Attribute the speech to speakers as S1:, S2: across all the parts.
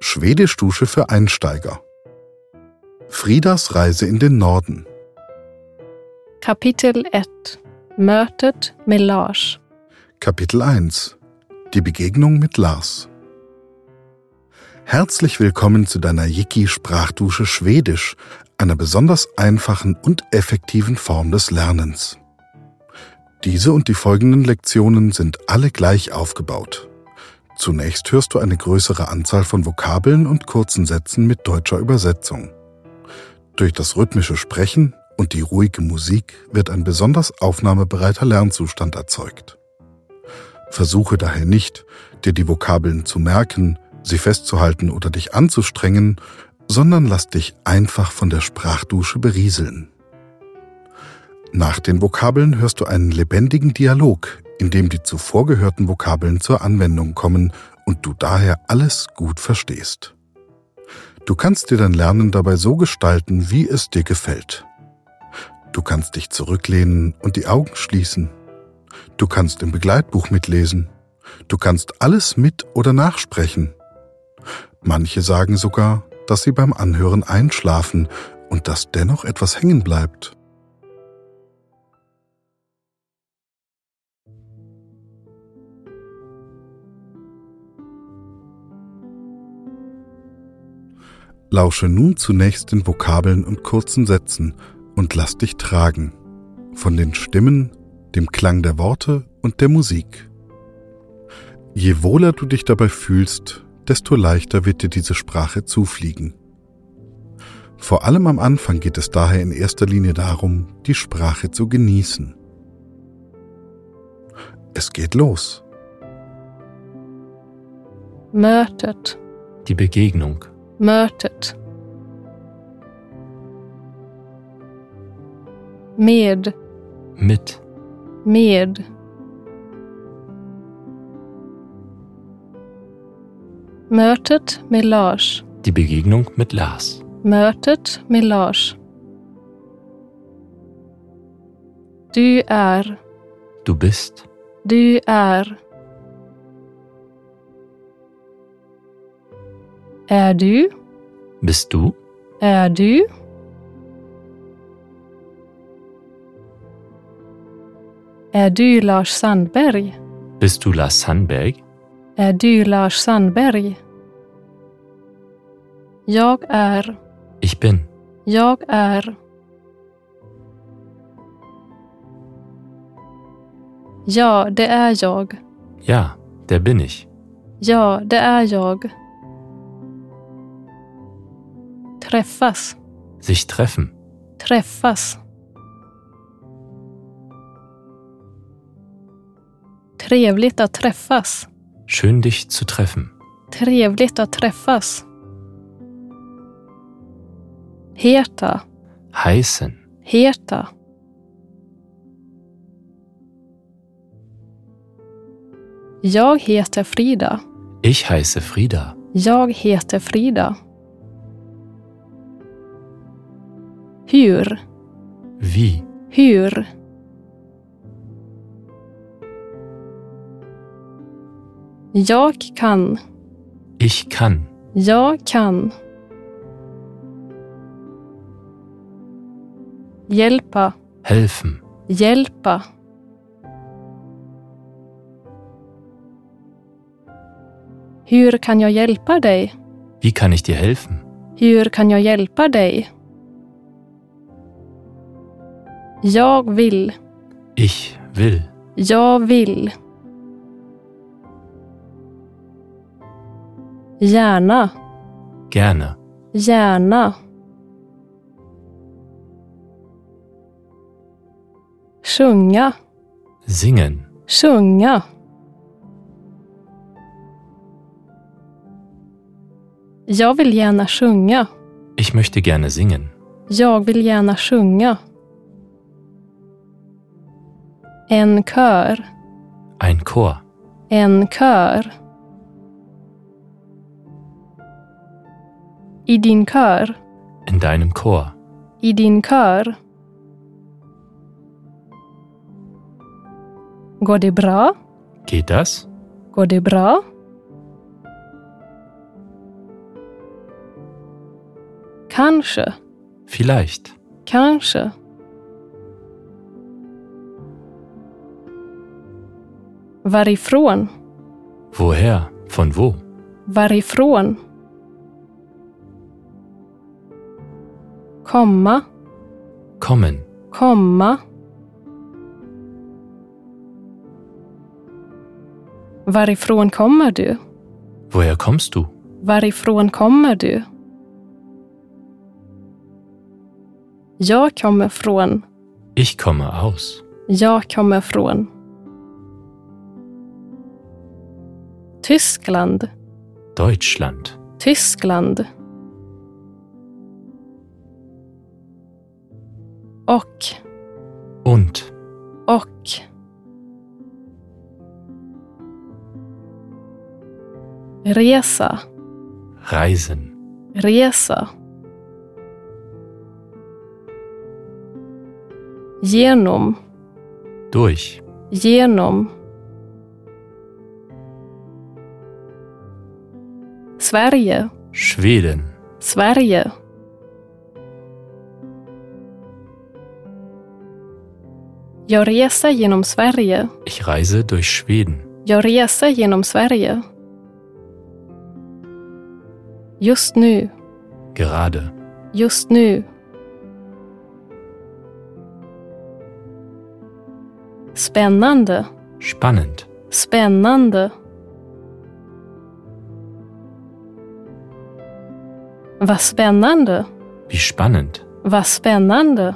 S1: Schwedischdusche für Einsteiger. Fridas Reise in den Norden.
S2: Kapitel 1 Mötet med Lars
S1: Kapitel 1 Die Begegnung mit Lars. Herzlich willkommen zu deiner Yiki-Sprachdusche Schwedisch, einer besonders einfachen und effektiven Form des Lernens. Diese und die folgenden Lektionen sind alle gleich aufgebaut. Zunächst hörst du eine größere Anzahl von Vokabeln und kurzen Sätzen mit deutscher Übersetzung. Durch das rhythmische Sprechen und die ruhige Musik wird ein besonders aufnahmebereiter Lernzustand erzeugt. Versuche daher nicht, dir die Vokabeln zu merken, sie festzuhalten oder dich anzustrengen, sondern lass dich einfach von der Sprachdusche berieseln. Nach den Vokabeln hörst du einen lebendigen Dialog, in dem die zuvor gehörten Vokabeln zur Anwendung kommen und du daher alles gut verstehst. Du kannst dir dein Lernen dabei so gestalten, wie es dir gefällt. Du kannst dich zurücklehnen und die Augen schließen. Du kannst im Begleitbuch mitlesen. Du kannst alles mit oder nachsprechen. Manche sagen sogar, dass sie beim Anhören einschlafen und dass dennoch etwas hängen bleibt. Lausche nun zunächst den Vokabeln und kurzen Sätzen und lass dich tragen von den Stimmen, dem Klang der Worte und der Musik. Je wohler du dich dabei fühlst, desto leichter wird dir diese Sprache zufliegen. Vor allem am Anfang geht es daher in erster Linie darum, die Sprache zu genießen. Es geht los.
S2: Mötet
S3: Die Begegnung.
S2: Mötet Med
S3: Mit.
S2: Med Mötet med Lars
S3: Die Begegnung mit Lars.
S2: Mötet med Lars Du är,
S3: Du bist.
S2: du är. Är du,
S3: Bist du.
S2: är du? Är du Lars Sandberg?
S3: Bist du Lars Sandberg?
S2: Är du Lars Sandberg? Jag är,
S3: Ich bin.
S2: jag är. Ja, det är jag.
S3: Ja, der bin ich.
S2: Ja, det är jag. Träffas,
S3: Sich treffen.
S2: träffas. Trevligt att träffas,
S3: Schön dich zu treffen.
S2: trevligt att träffas. Heta,
S3: Heißen.
S2: heta. Jag heter Frida.
S3: Ich heiße Frieda.
S2: Jag heter Frida. Hur,
S3: Wie.
S2: hur? Jag kan,
S3: Ich kann.
S2: jag kan. Hjälpa,
S3: Helfen.
S2: hjälpa. Hur kan jag hjälpa dig?
S3: Wie kann ich dir helfen?
S2: Hur kan jag hjälpa dig? Jag vill.
S3: Ich will.
S2: Jag vill. Gärna.
S3: Gerne.
S2: Gärna. Sjunga.
S3: Singen.
S2: Sjunga. Jag vill gärna sjunga.
S3: Ich möchte gerne singen.
S2: Jag vill gärna sjunga. En kör,
S3: Ein Chor.
S2: en kör. I din kör,
S3: In deinem Chor.
S2: i din kör. Går det bra?
S3: Geht das?
S2: Går det bra? Kanske.
S3: Vielleicht.
S2: Kanske. Varifrån?
S3: Woher? Von wo?
S2: Varifrån? Komma,
S3: Kommen.
S2: komma. Varifrån kommer du?
S3: Woher kommst du?
S2: Varifrån kommer du? Jag kommer från.
S3: Ich komme aus.
S2: Jag kommer från. Tyskland.
S3: Deutschland.
S2: Tyskland. Och,
S3: Und.
S2: och. Resa,
S3: Reisen.
S2: resa. Genom,
S3: Durch.
S2: genom. Sverige,
S3: Schweden.
S2: Sverige. Jag reser genom Sverige.
S3: Ich reise durch Schweden.
S2: Jag reser genom Sverige. Just nu,
S3: Gerade.
S2: just nu. Spännande,
S3: Spannend.
S2: spännande. Vad spännande.
S3: Wie spannend.
S2: Vad spännande.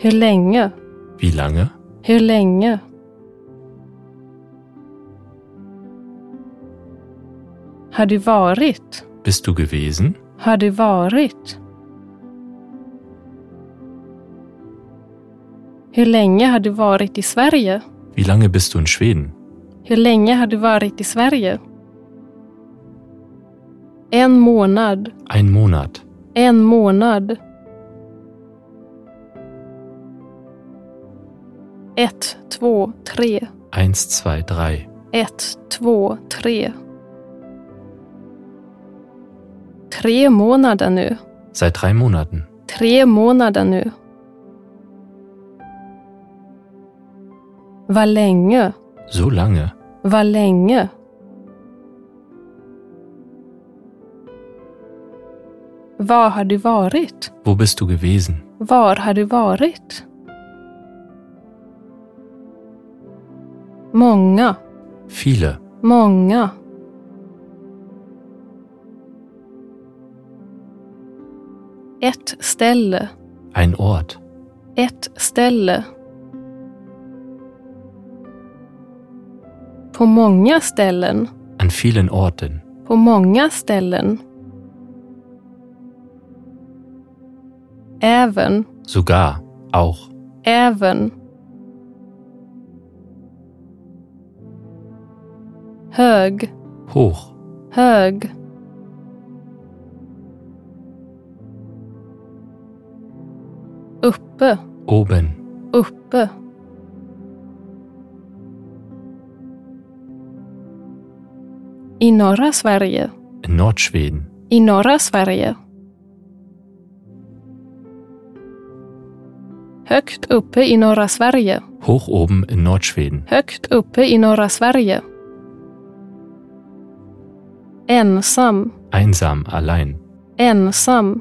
S2: Hur länge?
S3: Wie lange?
S2: Hur länge? Har du varit?
S3: Bist du gewesen?
S2: Har du varit? Hur länge har du varit i Sverige?
S3: Wie lange bist du in Schweden?
S2: Hur länge har du varit i Sverige? En månad.
S3: Ein Monat.
S2: En månad. Ett, två, tre.
S3: Eins, zwei, drei.
S2: Ett, två, tre. Tre månader nu.
S3: Seit drei Monaten.
S2: Tre månader nu. Vad länge.
S3: So lange.
S2: Vad länge. Var har du varit?
S3: Wo bist du gewesen?
S2: Var har du varit? Många,
S3: Viele.
S2: många. Ett ställe,
S3: Ein Ort.
S2: ett ställe. På många ställen,
S3: An vielen Orten.
S2: på många ställen. Även,
S3: Sogar. Auch.
S2: Även. Hög,
S3: Hoch.
S2: hög. Uppe,
S3: Oben.
S2: uppe. I norra Sverige,
S3: In Nordschweden.
S2: i norra Sverige. Högt uppe i norra Sverige.
S3: Hoch oben in Nordschweden.
S2: Högt uppe i norra Sverige. Ensam,
S3: Einsam. Allein.
S2: ensam.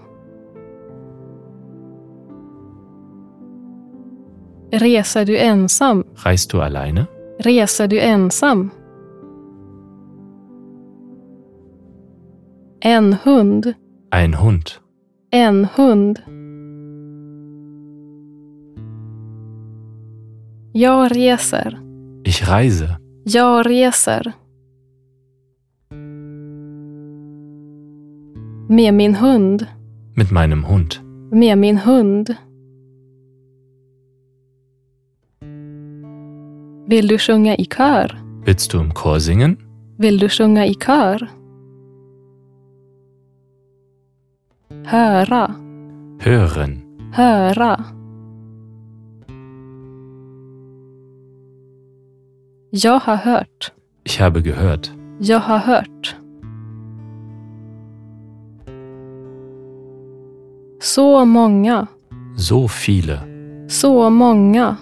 S2: Reser du ensam?
S3: Reist du alleine?
S2: Reser du ensam? En hund,
S3: Ein Hund.
S2: en hund. Jag reser.
S3: Ich reise.
S2: Jag reser. Med min hund.
S3: Mit meinem Hund.
S2: Med min hund. Vill du sjunga i kör?
S3: Willst du im Chor singen?
S2: Vill du sjunga i kör? Höra,
S3: Hören.
S2: höra. Jag har hört.
S3: Ich habe gehört.
S2: Jag har hört. Så många.
S3: So viele.
S2: Så många.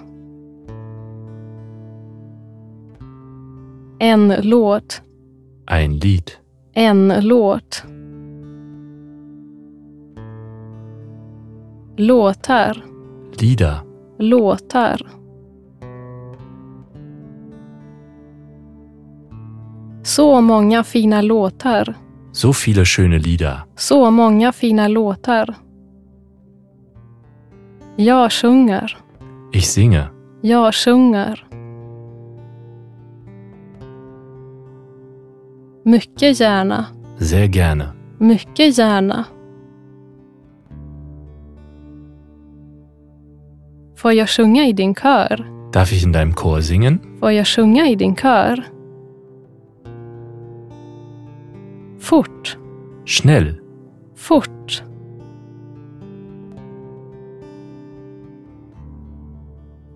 S2: En låt.
S3: Ein Lied.
S2: En låt. Låtar.
S3: Lieder.
S2: Låtar. Så många fina låtar.
S3: So viele schöne Lieder.
S2: Så många fina låtar. Jag sjunger.
S3: Ich singe.
S2: Jag sjunger. Mycket gärna.
S3: Sehr gerne.
S2: Mycket gärna. Får jag sjunga i din kör?
S3: Darf ich in deinem Chor singen?
S2: Får jag sjunga i din kör? Fort,
S3: Schnell.
S2: fort.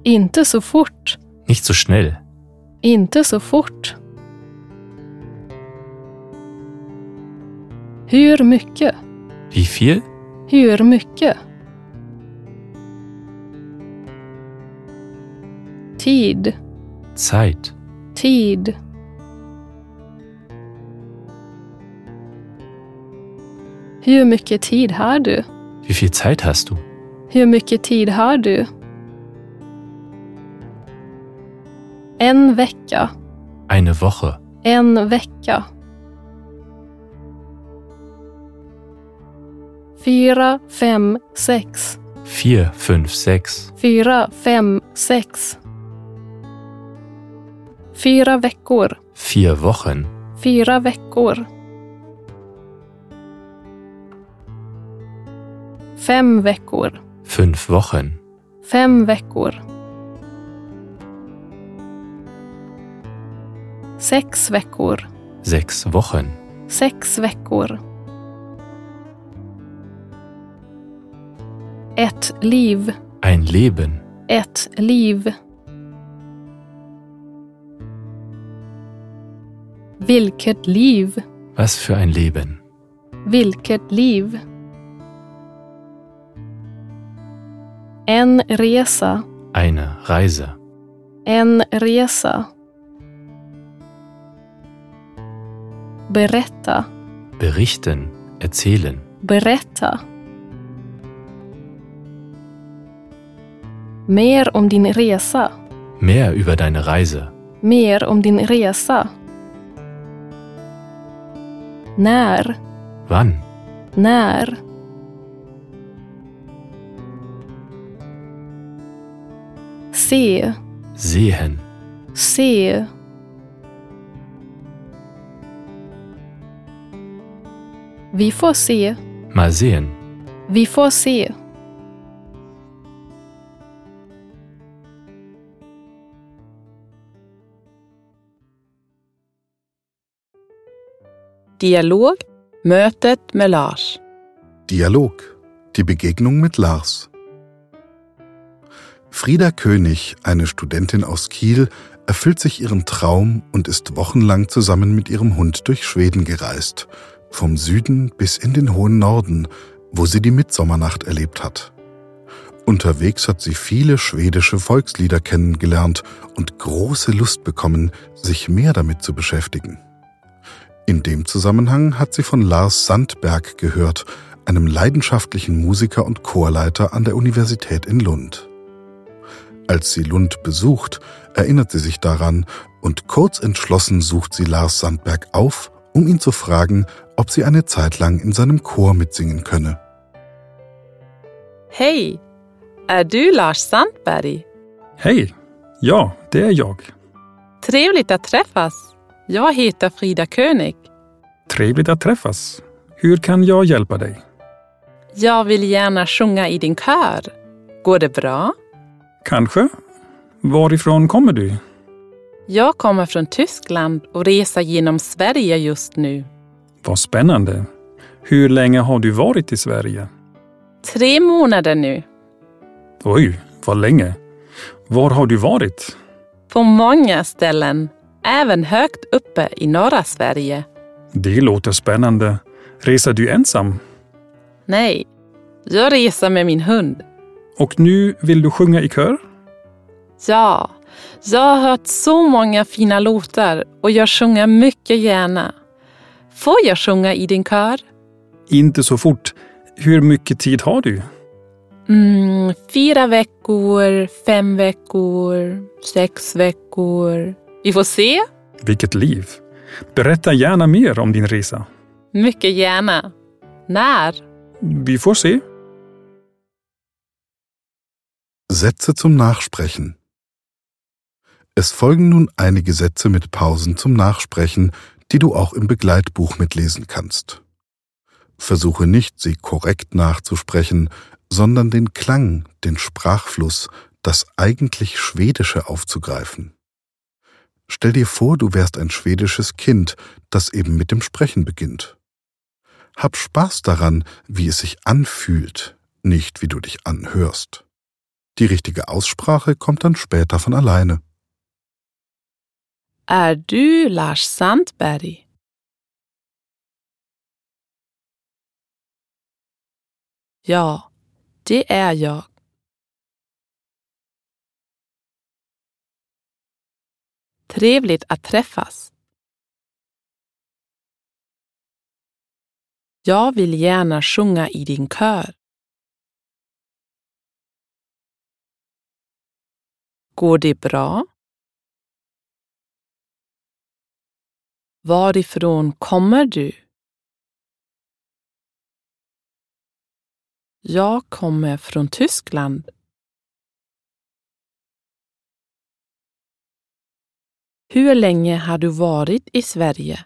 S2: Inte så fort,
S3: Nicht so schnell.
S2: inte så fort. Hur mycket?
S3: Wie viel?
S2: Hur mycket? Tid,
S3: Zeit.
S2: tid. Hur mycket tid har du?
S3: Wie viel Zeit hast du?
S2: Hur mycket tid har du? En vecka,
S3: Eine Woche.
S2: en vecka. Fyra, fem, sex.
S3: Vier, fünf, sechs.
S2: Fyra, fem, sex. Fyra veckor.
S3: Vier Wochen.
S2: Fyra veckor. Fem veckor.
S3: Fünf Wochen.
S2: Fem veckor. Sex veckor.
S3: Sechs Wochen.
S2: Sex veckor. Ett liv.
S3: Ein Leben.
S2: Ett liv. Vilket liv,
S3: Was für ein Leben.
S2: vilket liv. En resa,
S3: Eine Reise.
S2: en resa. Berätta,
S3: Berichten. Erzählen.
S2: berätta. Mer om din resa.
S3: Mehr über deine Reise.
S2: Mer om din resa. När,
S3: Wann?
S2: när. Se,
S3: Sehen.
S2: se. Vi får se,
S3: Mal sehen.
S2: vi får se.
S4: Dialog, mötet med Lars.
S1: Dialog. Die Begegnung mit Lars. Frieda König, eine Studentin aus Kiel, erfüllt sich ihren Traum und ist wochenlang zusammen mit ihrem Hund durch Schweden gereist. Vom Süden bis in den hohen Norden, wo sie die Mitsommernacht erlebt hat. Unterwegs hat sie viele schwedische Volkslieder kennengelernt und große Lust bekommen, sich mehr damit zu beschäftigen. In dem Zusammenhang hat sie von Lars Sandberg gehört, einem leidenschaftlichen Musiker und Chorleiter an der Universität in Lund. Als sie Lund besucht, erinnert sie sich daran und kurz entschlossen sucht sie Lars Sandberg auf, um ihn zu fragen, ob sie eine Zeit lang in seinem Chor mitsingen könne.
S4: Hej! Är du Lars Sandberg?
S5: Hej! Ja, det är jag.
S4: Trevligt att träffas. Jag heter Frida König.
S5: Trevligt att träffas. Hur kan jag hjälpa dig?
S4: Jag vill gärna sjunga i din kör. Går det bra?
S5: Kanske? Varifrån kommer du?
S4: Jag kommer från Tyskland och reser genom Sverige just nu.
S5: Vad spännande. Hur länge har du varit i Sverige?
S4: Tre månader nu.
S5: Oj, vad länge. Var har du varit?
S4: På många ställen. Även högt uppe i norra Sverige.
S5: Det låter spännande. Reser du ensam?
S4: Nej, Jag reser med min hund.
S5: Och nu vill du sjunga i kör?
S4: Ja, jag har hört så många fina låtar och jag sjunger mycket gärna. Får jag sjunga i din kör?
S5: Inte så fort. Hur mycket tid har du?
S4: Mm, fyra veckor, fem veckor, sex veckor. Vi får se.
S5: Vilket liv! Berätta gärna mer om din resa.
S4: Mycket gärna. När?
S5: Vi får se.
S1: Sätze zum Nachsprechen. Es folgen nun einige Sätze mit Pausen zum Nachsprechen, die du auch im Begleitbuch mitlesen kannst. Versuche nicht, sie korrekt nachzusprechen, sondern den Klang, den Sprachfluss, das eigentlich Schwedische aufzugreifen. Stell dir vor, du wärst ein schwedisches Kind, das eben mit dem Sprechen beginnt. Hab Spaß daran, wie es sich anfühlt, nicht wie du dich anhörst. Die richtige Aussprache kommt dann später von alleine.
S4: Är du Lars Sandberg? Ja, det är jag. Trevligt att träffas. Jag vill gärna sjunga i din kör. Går det bra? Varifrån kommer du? Jag kommer från Tyskland. Hur länge har du varit i Sverige?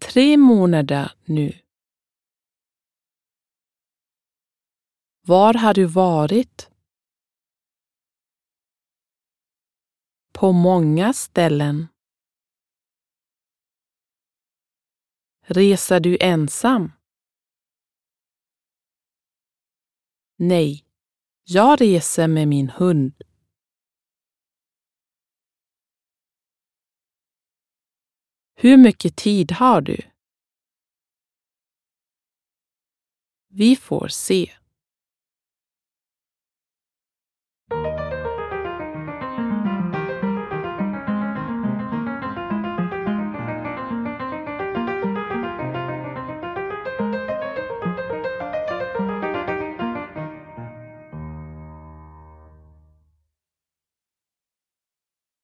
S4: Tre månader nu. Var har du varit? På många ställen. Reser du ensam? Nej, jag reser med min hund. Hur mycket tid har du? Vi får se.